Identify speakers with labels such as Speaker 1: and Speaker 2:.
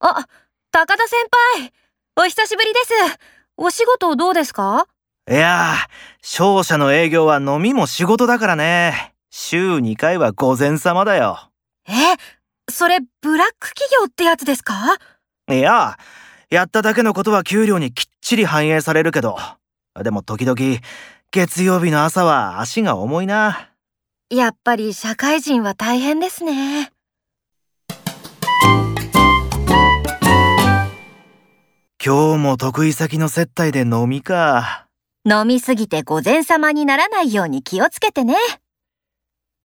Speaker 1: あ、高田先輩お久しぶりですお仕事どうですか
Speaker 2: いやー、商社の営業は飲みも仕事だからね。週2回は午前様だよ。
Speaker 1: え、それブラック企業ってやつですか
Speaker 2: いや、やっただけのことは給料にきっちり反映されるけど。でも時々、月曜日の朝は足が重いな。
Speaker 1: やっぱり社会人は大変ですね。
Speaker 2: 今日も得意先の接待で飲みか。
Speaker 1: 飲みすぎて午前様にならないように気をつけてね。